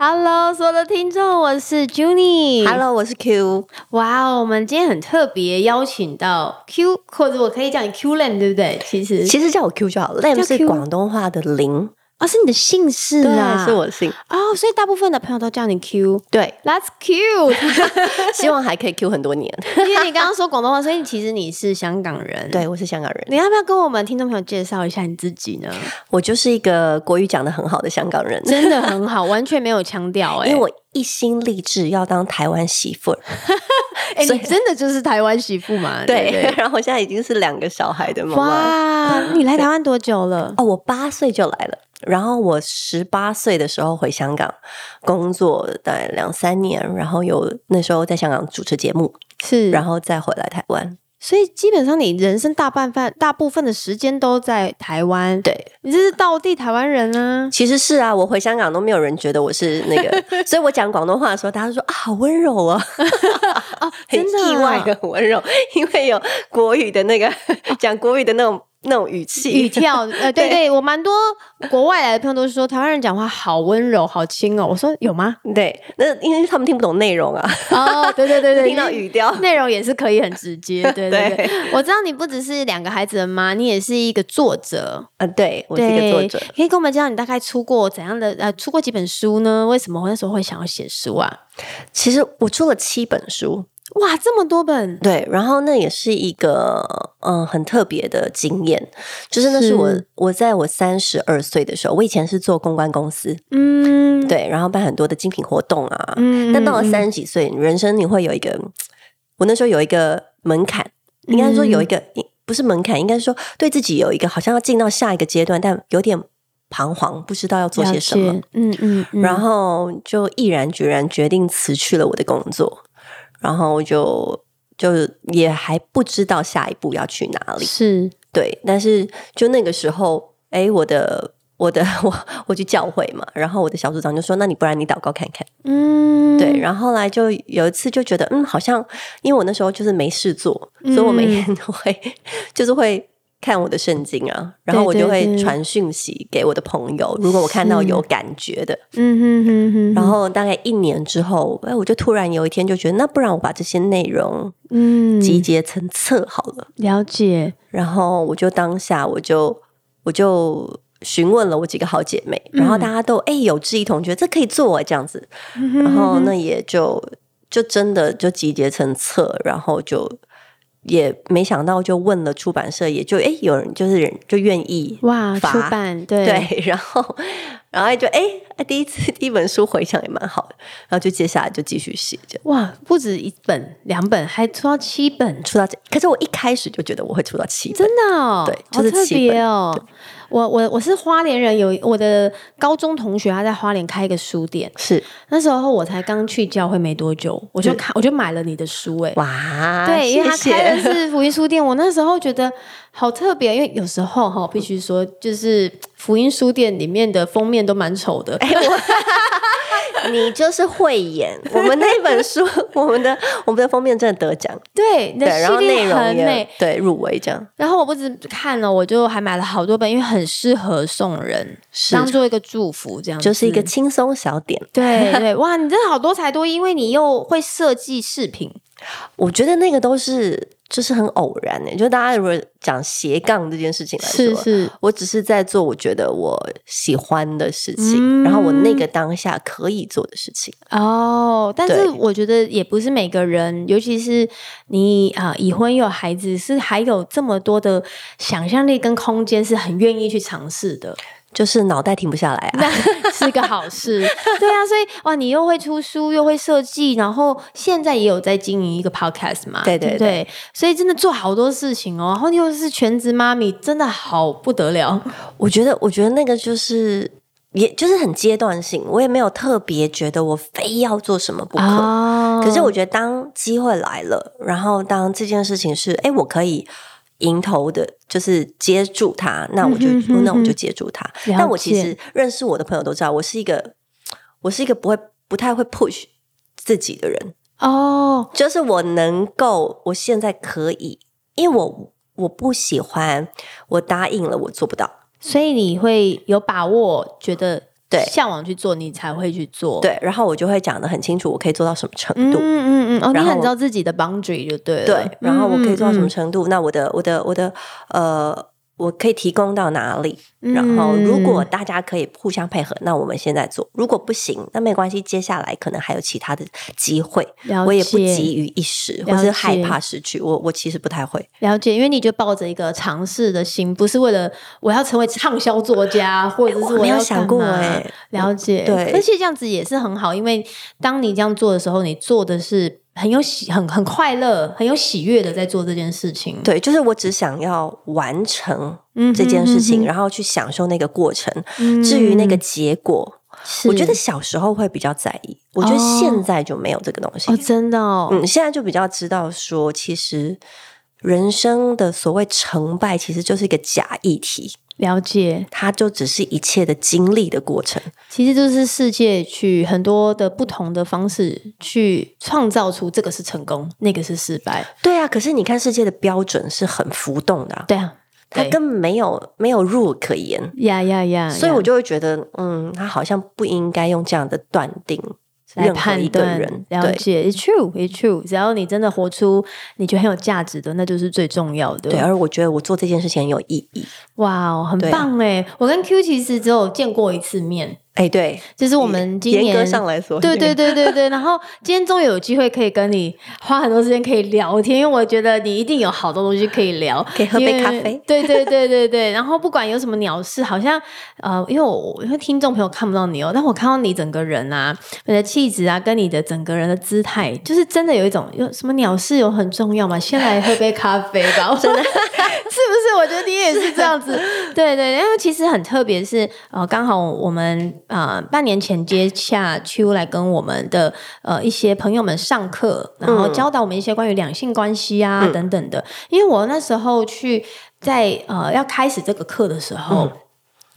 Hello，所有的听众，我是 Junie。 Hello，我是 Q。哇哦，我们今天很特别，邀请到 Q，或者我可以叫你 Q Len，对不对？其实其实叫我 Q 就好了，Lam 是 Q 广东话的零，哦，是你的姓氏啊，是我姓。哦，所以大部分的朋友都叫你 Q。对， That's cute， 希望还可以 Q 很多年。 因为你刚刚说广东话，所以其实你是香港人。，对，我是香港人，你要不要跟我们听众朋友介绍一下你自己 呢？我就是一个国语讲的很好的欸香港人，真的很好，完全没有腔调哎、因为我一心立志要当台湾媳妇儿。哎、所你以真的就是台湾媳妇嘛？对不对。 然后我现在已经是两个小孩的妈妈。哇，你来台湾多久了？哦，我八岁就来了，然后我十八岁的时候回香港工作，大概两三年，然后有那时候在香港主持节目，是，然后再回来台湾。所以基本上你人生大半饭大部分的时间都在台湾，对，你这是道地台湾人 啊。其实是啊，我回香港都没有人觉得我是那个，所以我讲广东话的时候，大家都说啊，好温柔啊，很真的啊意外的温柔，因为有国语的那个讲国语的那种那种语气语。 调，呃，对对对，我蛮多国外来的朋友都说台湾人讲话好温柔、好轻哦。我说有吗？ 对，那因为他们听不懂内容啊，哦，对对对 对，听到语调内容也是可以很直 接。对对对，对我知道你不只是两个孩子的妈，你也是一个作者。啊，对我是一个对，作者，可以跟我们介绍你大概出过怎样的呃，出过几本书呢？为什么那时候会想要写书啊？其实我出了七本书，哇，这么多本，对，然后那也是一个嗯很特别的经验，就是那是是我我在我三十二岁的时候，我以前是做公关公司，嗯，对，然后办很多的精品活动啊，嗯，嗯，但到了嗯三十几岁，人生你会有一个，我那时候有一个门槛，应该说嗯有一个、不是门槛，应该说对自己有一个好像要进到下一个阶段，但有点彷徨，不知道要做些什了么解，嗯嗯，嗯然后就毅然决然决定辞去了我的工作，然后就就也还不知道下一步要去哪里，是对，但是就那个时候，哎，我的。我的 我我去教会嘛，然后我的小组长就说：“那你不然你祷告看看。”嗯，对，然后后来就有一次就觉得，嗯，好像因为我那时候就是没事做，所以我每嗯天都会 就是会看我的圣经啊，然对后我对就会对传讯息给我的朋友，如果我看到有感觉的，嗯哼哼哼，然后大概一年之后，哎，我就突然有一天就觉得，那不然我把这些内容嗯，集结成册好了，了解，然后我就当下我就我就。询问了我几个好姐妹，然后嗯大家都哎、有志一同，觉得这可以做啊，这样子，然然后那也就就真的就集结成册，然后就也没想到就问了出版社，也就诶有人就是人就愿意哇，发出版对对，然后然后就诶第一次第一本书回想也蛮好的，然后就接下来就继续写这样。哇，不止一本两本，还出到七本，出到这，可是我一开始就觉得我会出到七本，真的哦，对好就是特七本别哦。我我我是花莲人，有我的高中同学他在花莲开一个书店，是那时候我才刚去教会没多久，我就嗯看我就买了你的书，哎，哇，对，因为他啊谢开的谢。 是福音书店，我那时候觉得好特别，因为有时候嗯哈，必须说，就是福音书店里面的封面都蛮丑的。哎你就是慧眼，我们那本书， 我们的我们的封面真的得奖， 对，你对，的然系后内列容很也美。对入围这样。然后我不止看了，我就还买了好多本，因为很适合送人，是当做一个祝福这样子。就是一个轻松小点。对 对，哇，你真的好多才多艺，因为你又会设计饰品。我觉得那个都是就是很偶然的、就大家如果讲斜杠这件事情来说，是，我只是在做我觉得我喜欢的事情，嗯然后我那个当下可以做的事情。哦，但是对我觉得也不是每个人，尤其是你啊、呃已婚有孩子，是还有这么多的想象力跟空间，是很愿意去尝试的，就是脑袋停不下来啊！ 那是个好事。对啊，所以哇，你又会出书，又会设计，然后现在也有在经营一个 podcast 嘛，对对对不对，所以真的做好多事情哦。然后你又是全职妈咪，真的好不得了。我觉得，我觉得那个就是，也就是很阶段性，我也没有特别觉得我非要做什么不可。哦可是我觉得，当机会来了，然后当这件事情是，哎，我可以迎头的，就是接住他，那我就、嗯哼哼那我就哼接住他。了但我其解实认识我的朋友都知道，我是一个我是一个不会不太会 push 自己的人，哦，就是我能够，我现在可以，因为我我不喜欢，我答应了我做不到，所以你会有把握，觉得对向往去做，你才会去做。，对，然后我就会讲的很清楚，我可以做到什么程嗯度。嗯嗯，哦，你然后很我知道自己的 boundary 就对了。对，然后我可以做到什么嗯？程度？那我的我的我的呃，我可以提供到哪里？嗯然后如果嗯大家可以互相配合，那我们现在做；如果不行，那没关系，接下来可能还有其他的机会。了我也不解急于一时，了或是害解怕失去。我我其实不太会，了解，因为你就抱着一个尝试的心，不是为了我要成为畅销作家，或者是哎没要有想过哎、哎、了解，对而且这样子也是很好，因为当你这样做的时候，你做的是很有喜、很很快乐、很有喜悦的在做这件事情。对，就是我只想要完成嗯哼，这件事情，嗯然后去享受那个过程。哼至于那个嗯结果，是我觉得小时候会比较在意，我觉得哦现在就没有这个东西。哦，真的哦，嗯，现在就比较知道说，其实人生的所谓成败，其实就是一个假议题，了解。它就只是一切的经历的过程。其实就是世界去很多的不同的方式去创造出这个是成功，那个是失败。对啊，可是你看世界的标准是很浮动的、啊，对啊，它对根本没有没有入可言，呀呀呀！所以呀我就会觉得，嗯，他好像不应该用这样的断定来任何判一个断人。了对，解，it's true，it's true。只要你真的活出你觉得很有价值的，那就是最重要的。对，而我觉得我做这件事情很有意义。哇哦，很对啊棒哎！我跟 Q 其实只有见过一次面，哎，对，就是我们今严格年。上来说，对对对对对，然后今天终于有机会可以跟你花很多时间可以聊天，因为我觉得你一定有好多东西可以聊，可以喝杯因为咖啡对对对对对，然后不管有什么鸟事，好像呃，因为我因为听众朋友看不到你哦，但我看到你整个人啊，你的气质啊，跟你的整个人的姿态，就是真的有一种有什么鸟事有很重要嘛？先来喝杯咖啡吧， 真的是不是？我觉得你也是这样子，对对，因为其实很特别是，呃，刚好我们呃半年前接洽秋来跟我们的呃一些朋友们上课，然后嗯教导我们一些关于两性关系啊、嗯等等的，因为我那时候去。在呃要开始这个课的时候，嗯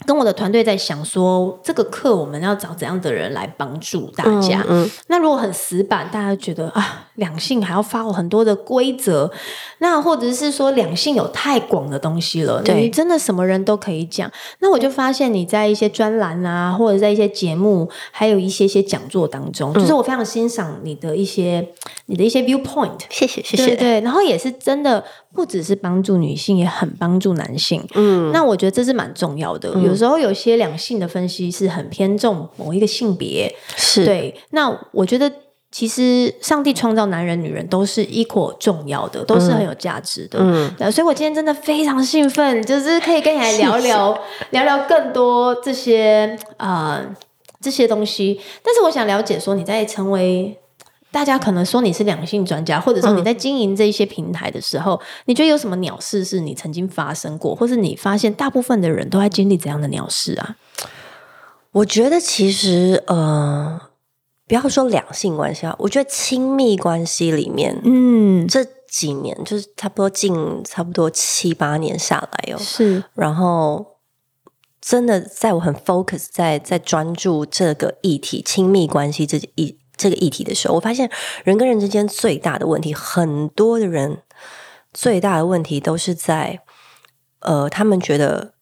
跟我的团队在想说，这个课我们要找怎样的人来帮助大嗯家？嗯，那如果很死板，大家觉得啊，两性还要 follow 很多的规则，那或者是说两性有太广的东西了，对你真的什么人都可以讲。那我就发现你在一些专栏啊，或者在一些节目，还有一些些讲座当嗯中，就是我非常欣赏你的一些你的一些 viewpoint。谢谢谢对谢。对，然后也是真的，不只是帮助女性，也很帮助男性。嗯，那我觉得这是蛮重要的。有时候有些两性的分析是很偏重某一个性别，是对。那我觉得其实上帝创造男人、女人都是 equal 重要的，都是很有价值的。嗯对所以我今天真的非常兴奋，就是可以跟你来聊聊聊聊更多这些呃这些东西。但是我想了解说，你在成为大家可能说你是两性专家，或者说你在经营这一些平台的时候，你觉得有什么鸟事是你曾经发生过，或是你发现大部分的人都在经历怎样的鸟事啊？我觉得其实呃，不要说两性关系啊，我觉得亲密关系里面、嗯，这几年就是差不多近差不多七八年下来哦，是然后真的在我很 focus 在在专注这个议题亲密关系这一这个议题的时候，我发现人跟人之间最大的问题，很多的人最大的问题都是在呃，他们觉得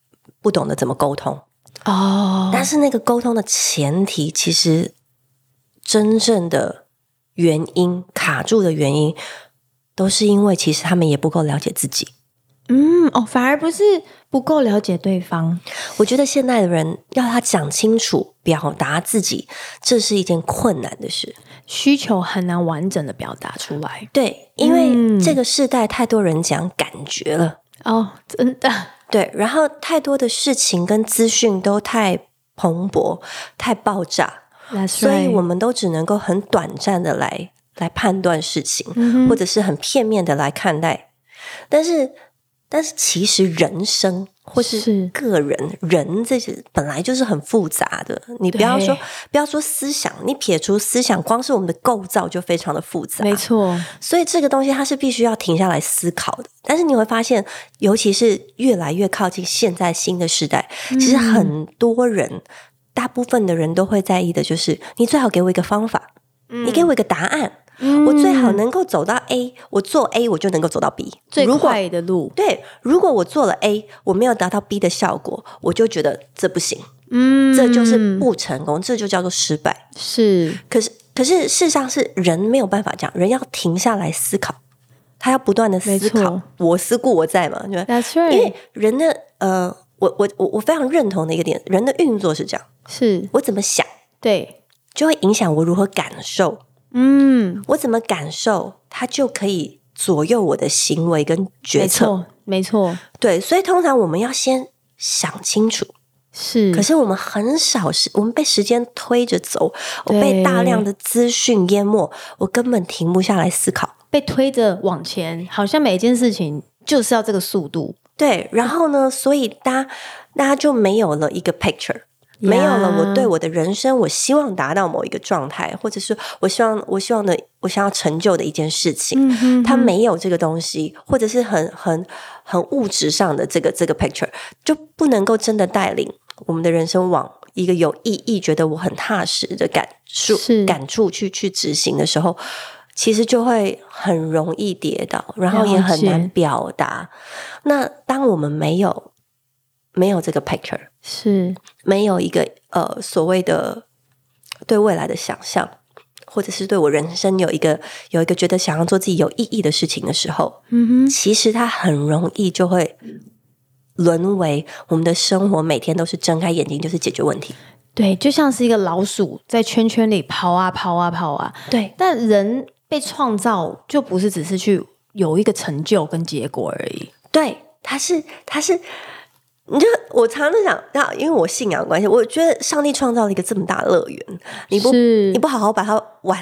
不懂得怎么沟通。哦，但是那个沟通的前提，其实真正的原因卡住的原因，都是因为其实他们也不够了解自己。嗯，哦，反而不是不够了解对方，我觉得现代的人要他讲清楚、表达自己，这是一件困难的事。需求很难完整的表达出来。对，因为这个世代太多人讲感觉了，哦，真的，对，然后太多的事情跟资讯都太蓬勃、太爆炸，所以我们都只能够很短暂的来来判断事情。们或者是很片面的来看待。但是但是其实人生或是是个人人这些本来就是很复杂的，你不要说对不要说思想，你撇除思想，光是我们的构造就非常的复杂，没错，所以这个东西它是必须要停下来思考的。但是你会发现，尤其是越来越靠近现在新的时代，嗯其实很多人，大部分的人都会在意的就是，你最好给我一个方法，嗯你给我一个答案，我最好能够走到 A，我做 A 我就能够走到 B。最如果快的路，对，如果我做了 A，我没有达到 B 的效果，我就觉得这不行，嗯这就是不成功，这就叫做失败。是可是，可是事实上是人没有办法这样，人要停下来思考，他要不断的没思错考，我思故我在嘛，对吧？ ，That's 因为 right，人的呃，我我我我非常认同的一个点，人的运作是这样，是我怎么想对，就会影响我如何感受，嗯，我怎么感受，它就可以左右我的行为跟决没策。错，没错，对，所以通常我们要先想清楚，是，可是我们很少是，我们被时间推着走，我对被大量的资讯淹没，我根本停不下来思考。被推着往前，好像每一件事情就是要这个速度，对，然后呢，所以大家大家就没有了一个 picture。没有了，我对我的人生，我希望达到某一个状态，或者是我希望我希望的我想要成就的一件事情，嗯哼他没有这个东西，或者是很很很物质上的这个这个 picture，就不能够真的带领我们的人生往一个有意义、觉得我很踏实的感触是感触去去执行的时候，其实就会很容易跌倒，然后也了很解难表达。那当我们没有没有这个 picture，是没有一个呃所谓的对未来的想象，或者是对我人生有一个有一个觉得想要做自己有意义的事情的时候，嗯哼，其实它很容易就会沦为我们的生活，每天都是睁开眼睛就是解决问题。对，就像是一个老鼠在圈圈里跑啊跑啊跑啊，对但人被创造就不是只是去有一个成就跟结果而已，对，它是它是。你就我常常在想，那因为我信仰的关系，我觉得上帝创造了一个这么大的乐园，你不是你不好好把它玩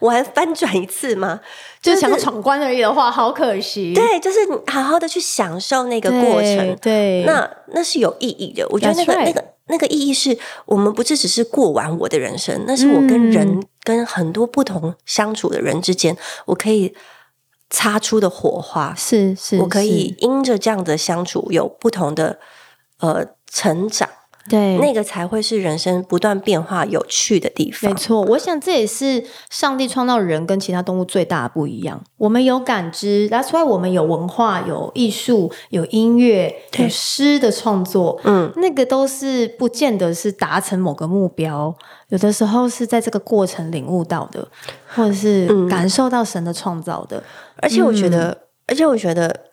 玩翻转一次吗？就是是想闯关而已的话，好可惜。对，就是你好好的去享受那个对过程，对，那那是有意义的。我觉得那个 That's right 那个那个意义是我们不是只是过完我的人生，那是我嗯跟人、跟很多不同相处的人之间，我可以擦出的火花，是是，我可以是因着这样的相处有不同的呃成长，对那个才会是人生不断变化有趣的地没方。错，我想这也是上帝创造人跟其他动物最大的不一样。我们有感知，That's why 我们有文化、有艺术、有音乐、对有诗的创作，嗯，那个都是不见得是达成某个目标，有的时候是在这个过程领悟到的，或者嗯是感受到神的创造的。而且我觉得，嗯而且我觉得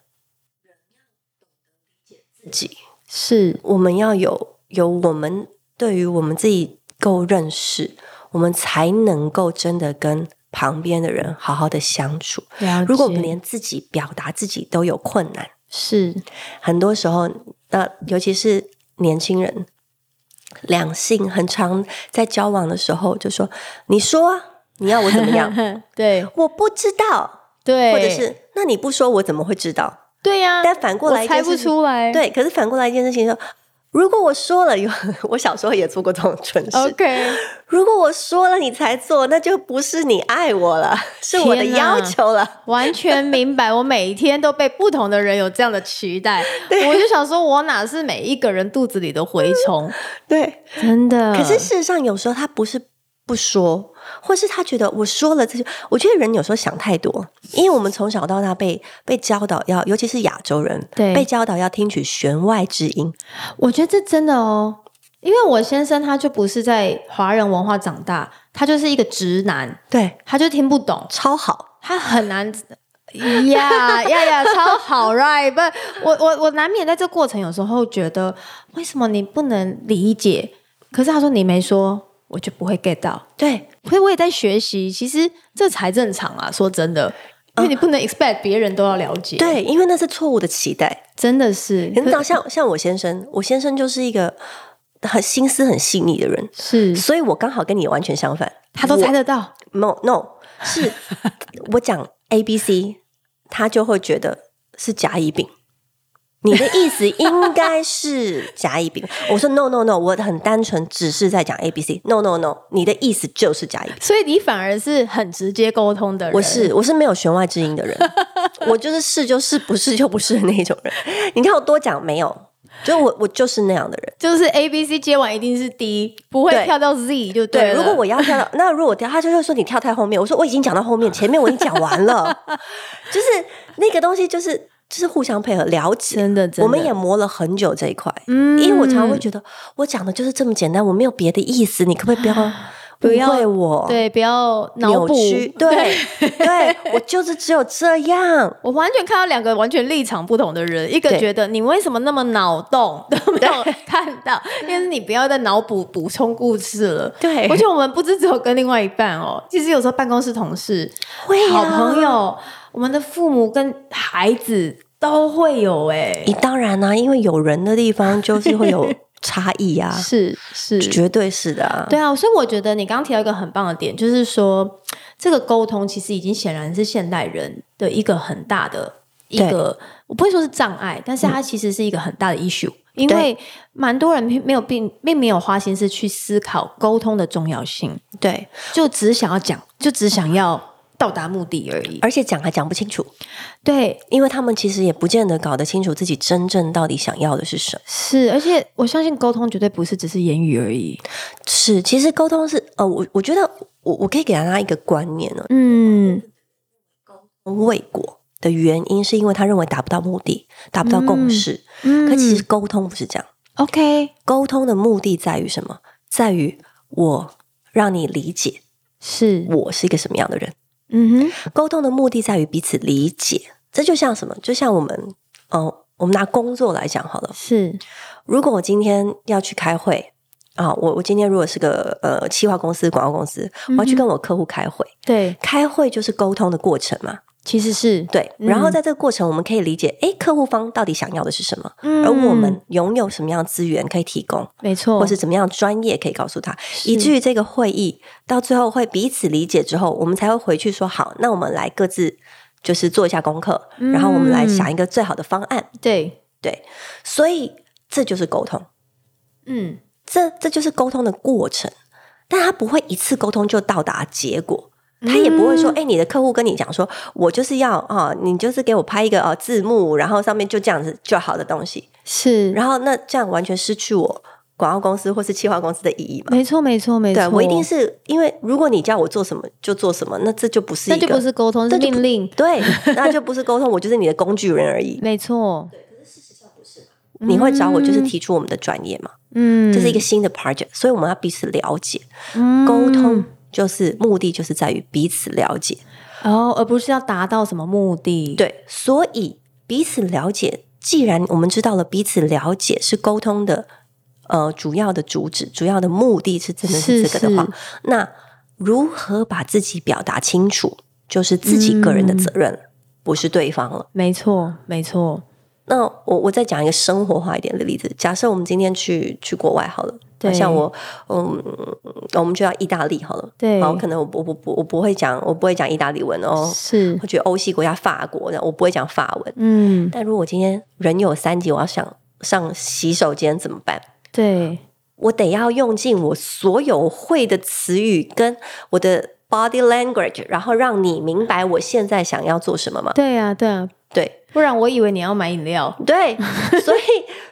自己。是我们要有有我们对于我们自己够认识，我们才能够真的跟旁边的人好好的相处。了解，如果我们连自己表达自己都有困难， 是很多时候，那尤其是年轻人，两性很常在交往的时候就说：“你说啊，你要我怎 么样？对我不知道。”对，或者是“那你不说，我怎么会知道？”对呀、但反过来我一猜件事不情出来。对，可是反过来一件事情说，如果我说了，有 我小时候也做过这种蠢事。 ，OK，如果我说了你才做，那就不是你爱我了，是我的天哪要求了。完全明白，我每一天都被不同的人有这样的期 待，我就想说，我哪是每一个人肚子里的蛔虫？ 对，真的，可是事实上有时候他不是不说，或是他觉得我说了这些，我觉得人有时候想太多，因为我们从小到大被被教导要，尤其是亚洲人，对被教导要听取弦外之音。我觉得这真的哦，因为我先生他就不是在华人文化长大，他就是一个直男，对，他就听不懂，超好。他很难。呀呀呀，超好 right！不，我我我难免在这过程有时候觉得，为什么你不能理解？可是他说你没说，我就不会 get 到。对，所以我也在学习，其实这才正常啊。说真的，因为你不能 expect 别人都要了解，，对，因为那是错误的期待。真的是，你知道，像像我先生，我先生就是一个很心思很细腻的人，是所以我刚好跟你完全相反。他都猜得到，我 no no，是 我讲 A B C，他就会觉得是甲乙丙。你的意思应该是甲乙丙。我说 no no no，我很单纯，只是在讲 A B C。no no no，你的意思就是甲乙丙。所以你反而是很直接沟通的人。我是我是没有弦外之音的人，我就是是就是不是就不是的那种人。你看我多讲没有，就我我就是那样的人。就是 A B C 接完一定是 D，不会对跳到 Z 就对，了。如果我要跳 到，那如果我跳，他就会说你跳太后面。我说我已经讲到后面，前面我已经讲 完了。就是那个东西，就是就是互相配合了解。真的真的，我们也磨了很久这一块，嗯因为我常常会觉得我讲的就是这么简单，我没有别的意思，你可不可以不要不要误会我？，对不要脑扭补，曲，对对，我就是只有这样。 我完全看到两个完全立场不同的人，一个对觉得你为什么那么脑洞 都没有看到，因为你不要再脑补补充故事了。对我觉得我们不止只有跟另外一半哦，其实有时候办公室同事、会啊好朋友、我们的父母跟孩子都会有哎、你当然啦、因为有人的地方就是会有差异啊，是 是，绝对是的啊。对啊，所以我觉得你刚刚提到一个很棒的点，就是说这个沟通其实已经显然是现代人的一个很大的一对个，我不会说是障碍，但是它其实是一个很大的 issue，、因为蛮多人并没有并并没有花心思去思考沟通的重要性，对，就只想要讲，就只想要到达目的而已。而且讲还讲不清楚，对，因为他们其实也不见得搞得清楚自己真正到底想要的是什么。是，而且我相信沟通绝对不是只是言语而已。是，其实沟通是呃，我我觉得我我可以给大家一个观念哦，嗯，未果的原因是因为他认为达不到目的，达不到共识。嗯可其实沟通不是这样， OK 沟通的目的在于什么？在于我让你理解是，我是一个什么样的人。嗯哼，沟通的目的在于彼此理解，这就像什么？就像我们，嗯、我们拿工作来讲好了。是如果我今天要去开会啊，我我今天如果是个呃企划公司、广告公司，嗯我要去跟我客户开会，对，开会就是沟通的过程嘛。其实是对，嗯然后在这个过程，我们可以理解，诶，客户方到底想要的是什么，嗯哦而我们拥有什么样的资源可以提供，没错，或是怎么样的专业可以告诉他，以至于这个会议到最后会彼此理解之后，我们才会回去说好，那我们来各自就是做一下功课，嗯然后我们来想一个最好的方案。对，对，所以这就是沟通，嗯，这这就是沟通的过程，但他不会一次沟通就到达结果。他也不会嗯说，哎、你的客户跟你讲说，我就是要啊、你就是给我拍一个呃字幕，然后上面就这样子就好的东西，是，然后那这样完全失去我广告公司或是企划公司的意义嘛？没错，没错，没对错，我一定，是因为如果你叫我做什么就做什么，那这就不是那一就个不是沟通，是那就不命令，对，那就不是沟通，我就是你的工具人 而已。没错，你会找我就是提出我们的专业嘛？嗯，这是一个新的 project，所以我们要彼此了解。嗯沟通就是目的，就是在于彼此了解。哦，而不是要达到什么目的，，对，所以彼此了解，既然我们知道了彼此了解是沟通的呃主要的主旨、主要的目的是真的是是这个的话，是那如何把自己表达清楚，就是自己个嗯人的责任，不是对方了。没错，没错，那我我再讲一个生活化一点的例子，假设我们今天去去国外好了。对像我，嗯，我们就要意大利好了。对好，可能我不我不我不会讲，我不会讲意大利文哦。是我，觉得欧系国家法国，我不会讲法文。嗯，但如果我今天人有三级，我要想上洗手间怎么办？对，我得要用尽我所有会的词语跟我的 body language，然后让你明白我现在想要做什么嘛？对啊，对啊，对不然我以为你要买饮料，对， 所以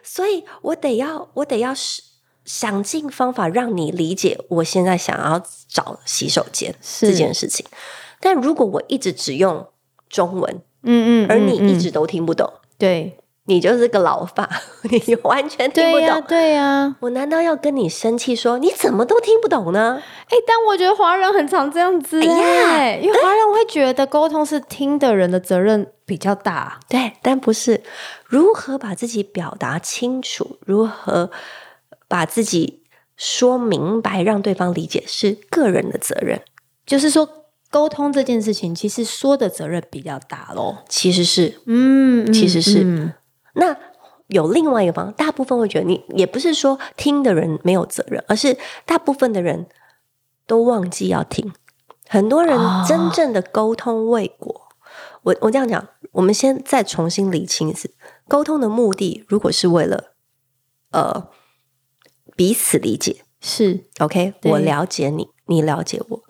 所以我得要我得要是想尽方法让你理解我现在想要找洗手间是这件事情。但如果我一直只用中文，嗯嗯，而你嗯一嗯直都听不懂，对，你就是个老法， 你完全听不对呀，懂。对啊呀，我难道要跟你生气说你怎么都听不懂呢？哎，但我觉得华人很常这样子，哎呀哎，因为华人会觉得沟通是听的人的责任比较大，对，但不是如何把自己表达清楚，如何把自己说明白，让对方理解是个人的责任，就是说沟通这件事情，其实说的责任比较大咯。其实是嗯，其实是嗯那。有另外一个方，大部分会觉得你也不是说听的人没有责任，而是大部分的人都忘记要听。很多人哦真正的沟通未果，我我这样讲，我们先再重新理清一次，沟通的目的如果是为了呃彼此理解是，OK，对我了解你，你了解我，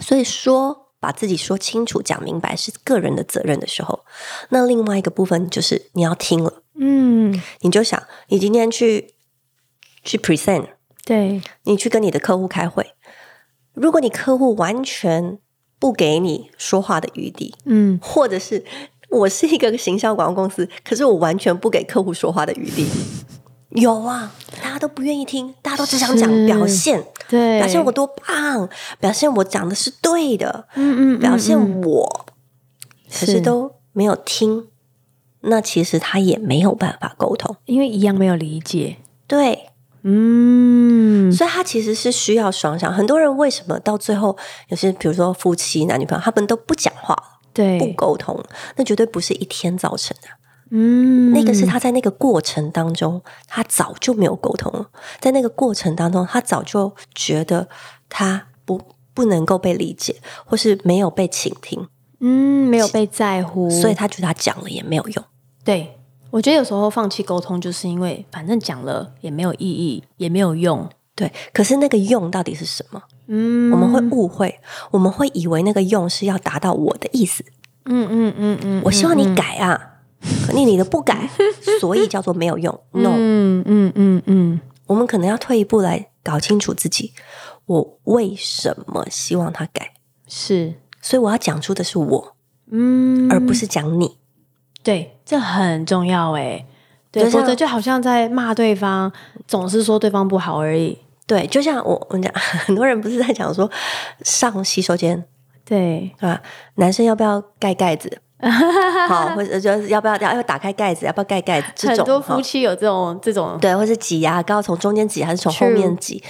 所以说把自己说清楚、讲明白是个人的责任的时候，那另外一个部分就是你要听了，嗯，你就想你今天去去 present，对，你去跟你的客户开会，如果你客户完全不给你说话的余地，嗯，或者是我是一个行销广告公司，可是我完全不给客户说话的余地。有啊，大家都不愿意听，大家都只想讲是表现，对，表现我多棒，表现我讲的是对的，嗯，嗯嗯，表现嗯我，可是都没有听，那其实他也没有办法沟通。因为一样没有理解，对，嗯，所以他其实是需要双向。很多人为什么到最后有些，比如说夫妻、男女朋友，他们都不讲话、不对，沟通，那绝对不是一天造成的。啊嗯，那个是他在那个过程当中，他早就没有沟通了，在那个过程当中，他早就觉得他不不能够被理解，或是没有被倾听，嗯，没有被在乎，所以他觉得他讲了也没有用。对。我觉得有时候放弃沟通，就是因为反正讲了也没有意义，也没有用。对，可是那个用到底是什么？嗯，我们会误会，我们会以为那个用是要达到我的意思，嗯嗯嗯嗯，我希望你改啊，可你你的不 改，所以叫做没有用。No，嗯嗯嗯嗯，我们可能要退一步来搞清楚自己，我为什么希望他改。是，所以我要讲出的是我，嗯，而不是讲你。对，这很重要哎。对，就像否则就好像在骂对方，总是说对方不好而已。对，就像我我们讲， 很多人不是在讲说上洗手间对，对吧？男生要不要盖盖子？好，或者就是要不要要要打开盖子？要不要盖盖子？这很种多夫哈妻有这种这种，对，或是挤牙膏从中间挤还是从后 True 面挤？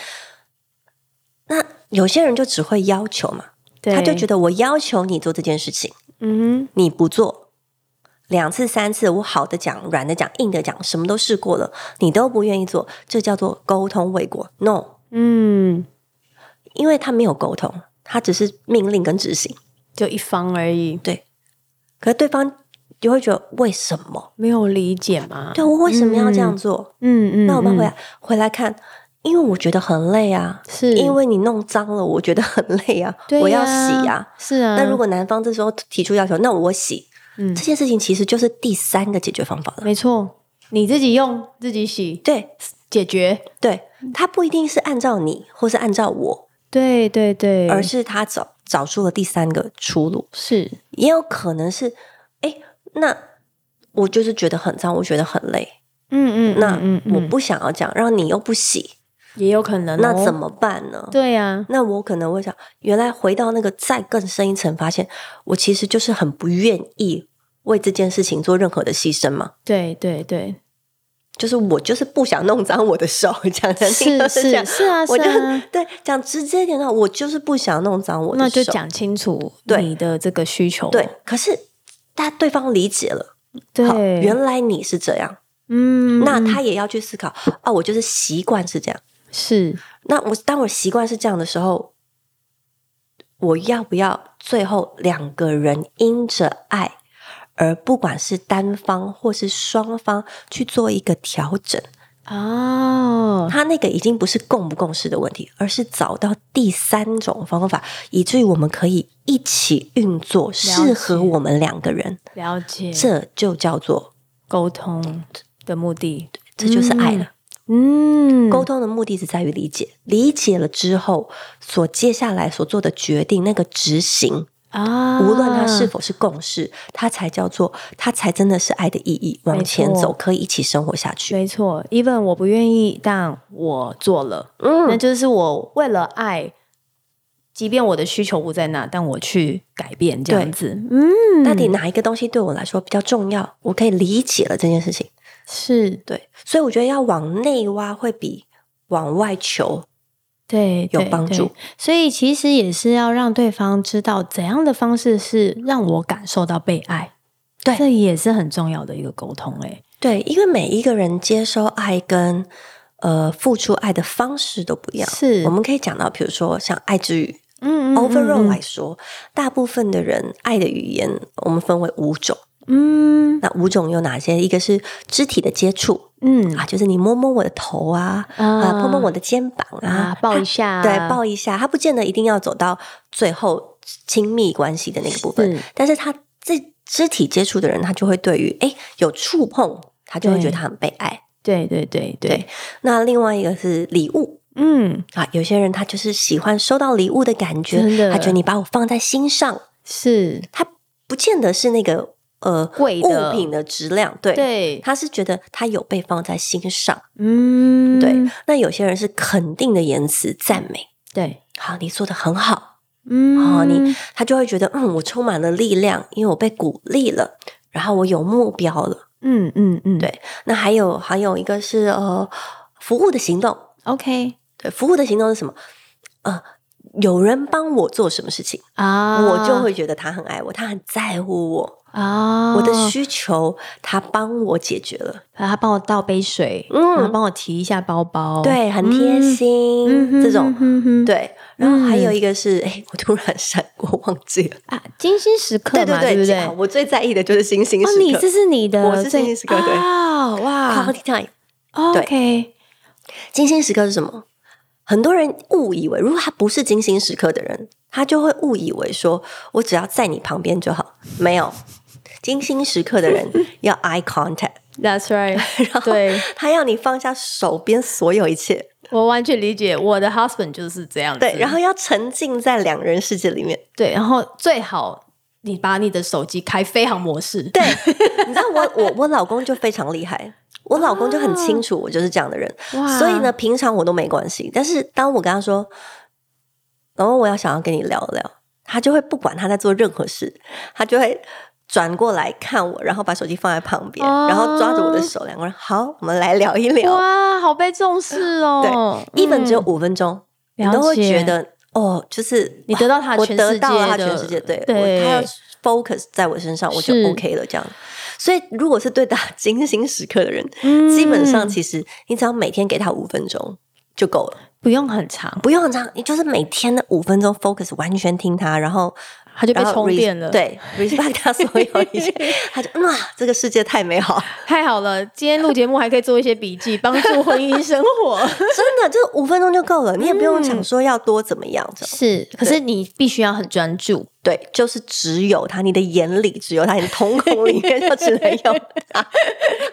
那有些人就只会要求嘛，对他就觉得我要求你做这件事情，嗯你不做，两次三次，我好的讲，软的讲，硬的讲，什么都试过了，你都不愿意做，这叫做沟通未果。No，嗯，因为他没有沟通，他只是命令跟执行，就一方而已，可是对方就会觉得为什么？没有理解嘛。对我为什么要这样做？嗯嗯，那我啊们回来、嗯回来看，因为我觉得很累啊，是因为你弄脏了，我觉得很累啊， 对我要呀洗啊。是啊，那如果男方这时候提出要求，那我洗，嗯这件事情其实就是第三个解决方法了。没错，你自己用自己洗对解决，对，嗯他不一定是按照你或是按照我，对对对，而是他找找出了第三个出路。是也有可能是，哎，那我就是觉得很脏，我觉得很累，嗯嗯，那嗯我嗯，不想要这样，让你又不洗，也有可能哦，那怎么办呢？对呀？那我可能会想，原来回到那个再更深一层，发现我其实就是很不愿意为这件事情做任何的牺牲嘛，对对对，就是我就是不想弄脏我的手，讲难听是就是这样是。是啊，我是就啊。对讲直接一点的话，我就是不想弄脏我的手。那就讲清楚对你的这个需求。对，可是但对方理解了，对，好，原来你是这样，嗯，那嗯他也要去思考啊，我就是习惯是这样。是那我当我习惯是这样的时候，我要不要最后两个人因着爱，而不管是单方或是双方去做一个调整？哦，他那个已经不是共不共识的问题，而是找到第三种方法，以至于我们可以一起运作，适合我们两个人。了解这就叫做，沟通的目的，这就是爱了。嗯，沟通的目的是在于理解，理解了之后，所接下来所做的决定，那个执行，啊，无论它是否是共识，它才叫做，它才真的是爱的意义，往前没错走，可以一起生活下去。没错，even 我不愿意，但我做了，那嗯，就是我为了爱。即便我的需求不在那，但我去改变这样对子，嗯，到底哪一个东西对我来说比较重要？我可以理解了这件事情，是对，所以我觉得要往内挖会比往外求对，有对帮对助所以其实也是要让对方知道怎样的方式是让我感受到被爱。对这也是很重要的一个沟通、欸。对，因为每一个人接收爱跟呃付出爱的方式都不一样。是我们可以讲到，比如说像爱之语，嗯 overall 嗯来说，大部分的人爱的语言我们分为五种，嗯那五种有哪些？一个是肢体的接触嗯啊，就是你摸摸我的头啊，啊，啊碰碰我的肩膀啊啊，，抱一下，对，抱一下，他不见得一定要走到最后亲密关系的那个部分是，但是他这肢体接触的人，他就会对于哎有触碰，他就会对觉得他很被爱。对对对对对，那另外一个是礼物嗯，啊，有些人他就是喜欢收到礼物的感觉真，的他觉得你把我放在心上，是他不见得是那个呃贵的物品的质量，对，对，他是觉得他有被放在心上。嗯，对那有些人是肯定的言辞赞美，对，好，你做的很好。嗯，哦你他就会觉得，嗯，我充满了力量，因为我被鼓励了，然后我有目标了。嗯嗯嗯，对那还有还有一个是呃，服务的行动， ，OK 对，服务的行动是什么？呃，有人帮我做什么事情，啊，我就会觉得他很爱我，他很在乎我，啊，我的需求他帮我解决了，啊他帮我倒杯水，嗯然后帮我提一下包包，对，很贴哦嗯，心，嗯哼这种嗯。哼哼对，然后还有嗯一个是，哎、我突然闪过忘记了，啊，精心时刻对嘛，对对不好我最在意的就是星星时刻。哦，你这是你的最，我是精心时刻对啊，哇 quality time，对，OK，金星时刻是什么？很多人误以为，如果他不是金星时刻的人，他就会误以为说，我只要在你旁边就好。没有，金星时刻 的人要 eye contact， That's right，然后对他要你放下手边所有一切，我完全理解，我的 husband 就是这样子。对，然后要沉浸在两人世界里面。对，然后最好你把你的手机开飞行模式。对，你知道我我我老公就非常厉害，我老公就很清楚我就是这样的人，啊哇所以呢，平常我都没关系，但是当我跟他说，然后我要想要跟你聊聊，他就会不管他在做任何事，他就会。转过来看我，然后把手机放在旁边，哦然后抓着我的手，两个人好，我们来聊一聊。哇，好被重视哦。一本只有嗯五分钟，你了都会觉解得哦，就是你得到他我全世界得到了他的全世界，对，对我他要 focus 在我身上，我就是 OK 了，这样。所以，如果是对 打精心时刻的人，嗯基本上其实你只要每天给他五分钟就够了，不用很长，不用很长，你就是每天的五分钟 focus 完全听他，然后他就被然后充 res- 电了。，对 respect 他所有 一切，他就哇，这个世界太美好了， 太好了，今天录节目还可以做一些笔记，帮助婚姻生 活。真的，这五分钟就够了，你也不用想嗯说要多怎么样，这样是，可是你必须要很专 注。对，就是只有他，你的眼里只有他，你的瞳孔里面就只能 有他，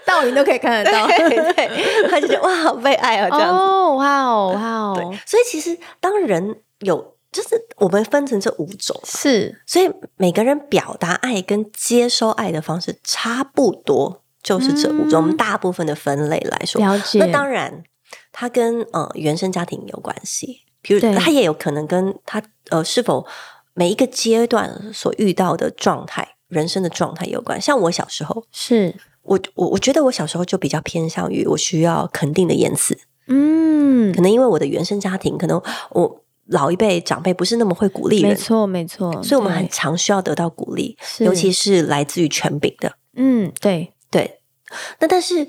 道理都可以看得到。对对，他就觉得哇，好被爱啊， 这样子。哦，哇哦，哇哦对，，所以其实当人有，就是我们分成这五种，是，所以每个人表达爱跟接收爱的方式差不多，就是这五种。嗯我们大部分的分类来说，了解。那当然它跟呃原生家庭有关系，比如对它也有可能跟他呃是否每一个阶段所遇到的状态、人生的状态有关。像我小时候，是，我我我觉得我小时候就比较偏向于我需要肯定的言辞，嗯可，能因为我的原生家庭，可能我老一辈长辈不是那么会鼓励没人，错，没错。所以我们很对常需要得到鼓励，是尤其是来自于权柄的。嗯，对，对，那但是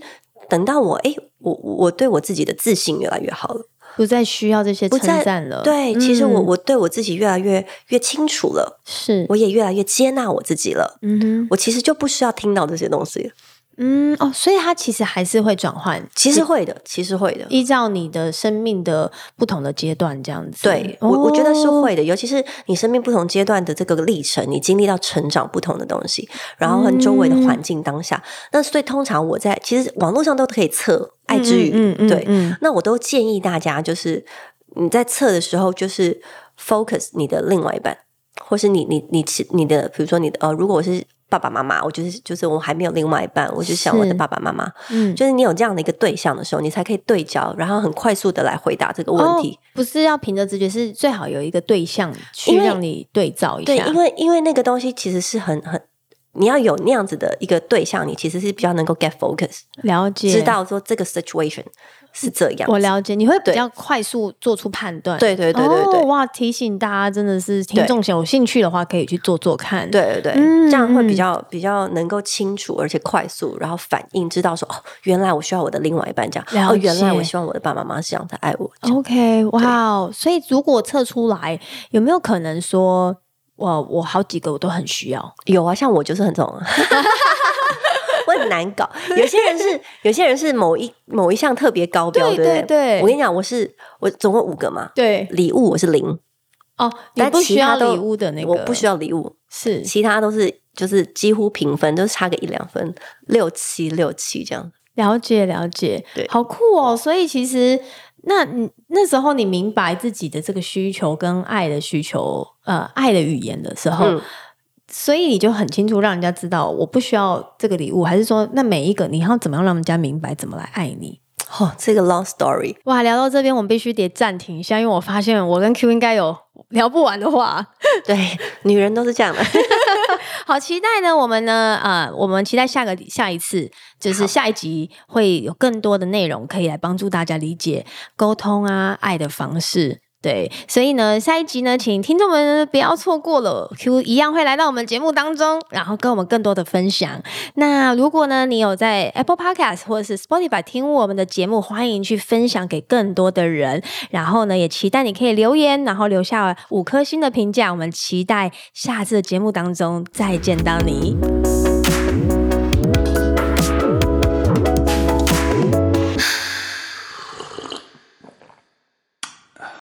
等到我哎，我我我对我自己的自信越来越好了，不再需要这些不称再赞了。对，其实我嗯我对我自己越来越越清楚了，是，我也越来越接纳我自己了。嗯哼，我其实就不需要听到这些东西了，嗯哦，所以它其实还是会转换，其实会的，其实会的。依照你的生命的不同的阶段这样子。对我，我觉得是哦会的，尤其是你生命不同阶段的这个历程，你经历到成长不同的东西，然后和周围嗯的环境当下，那所以通常我在其实网络上都可以测爱之语，嗯嗯，对，嗯，那我都建议大家就是你在测的时候，就是 focus 你的另外一半，或是你你你其你的，比如说你的呃，如果我是爸爸妈妈，我就是就是我还没有另外一半，我就想我的是爸爸妈妈，嗯就是你有这样的一个对象的时候，你才可以对焦，然后很快速的来回答这个问题。哦、不是要凭着直觉，是最好有一个对象去因为让你对照一对，下。因为因为那个东西其实是很很，你要有那样子的一个对象，你其实是比较能够 get focus，了解，知道说这个 situation 是这样子。我了解，你会比对较快速做出判断。对对对对哦，对。哇！提醒大家，真的是听众有兴趣的话，可以去做做看。，对对对，嗯这样会比嗯较比较能够清楚，而且快速，然后反应知道说哦，原来我需要我的另外一半这样，了哦，原来解我希望我的爸爸妈妈是这样才爱我。这样 OK，哇哦！所以如果测出来，有没有可能说，我我好几个我都很需要，有啊，像我就是很这种， 我很难搞。有些人是，有些人是某一某一项特别高标，对不对对我跟你讲，我是我总共五个嘛，对礼物我是零，哦，你但不其需他要都礼物的那个，我不需要礼物，是其他都是就是几乎平分，都差个一两分，六七六七这样。了解了解，对好酷哦！所以其实那你那时候你明白自己的这个需求跟爱的需求，呃，爱的语言的时候，嗯所以你就很清楚让人家知道我不需要这个礼物，还是说那每一个你要怎么样让人家明白怎么来爱你？哦，这个 long story，哇，聊到这边我们必须得暂停一下，因为我发现我跟 Q 应该有聊不完的话。对，女人都是这样的。好期待呢！我们呢，呃，我们期待下个下一次，就是下一集会有更多的内容可以来帮助大家理解沟通啊、爱的方式。对，所以呢，下一集呢，请听众们不要错过了，Q 一样会来到我们节目当中，然后跟我们更多的分享。那如果呢，你有在 Apple Podcast 或者是 Spotify 听我们的节目，欢迎去分享给更多的人。然后呢，也期待你可以留言，然后留下五颗星的评价。我们期待下次的节目当中再见到你。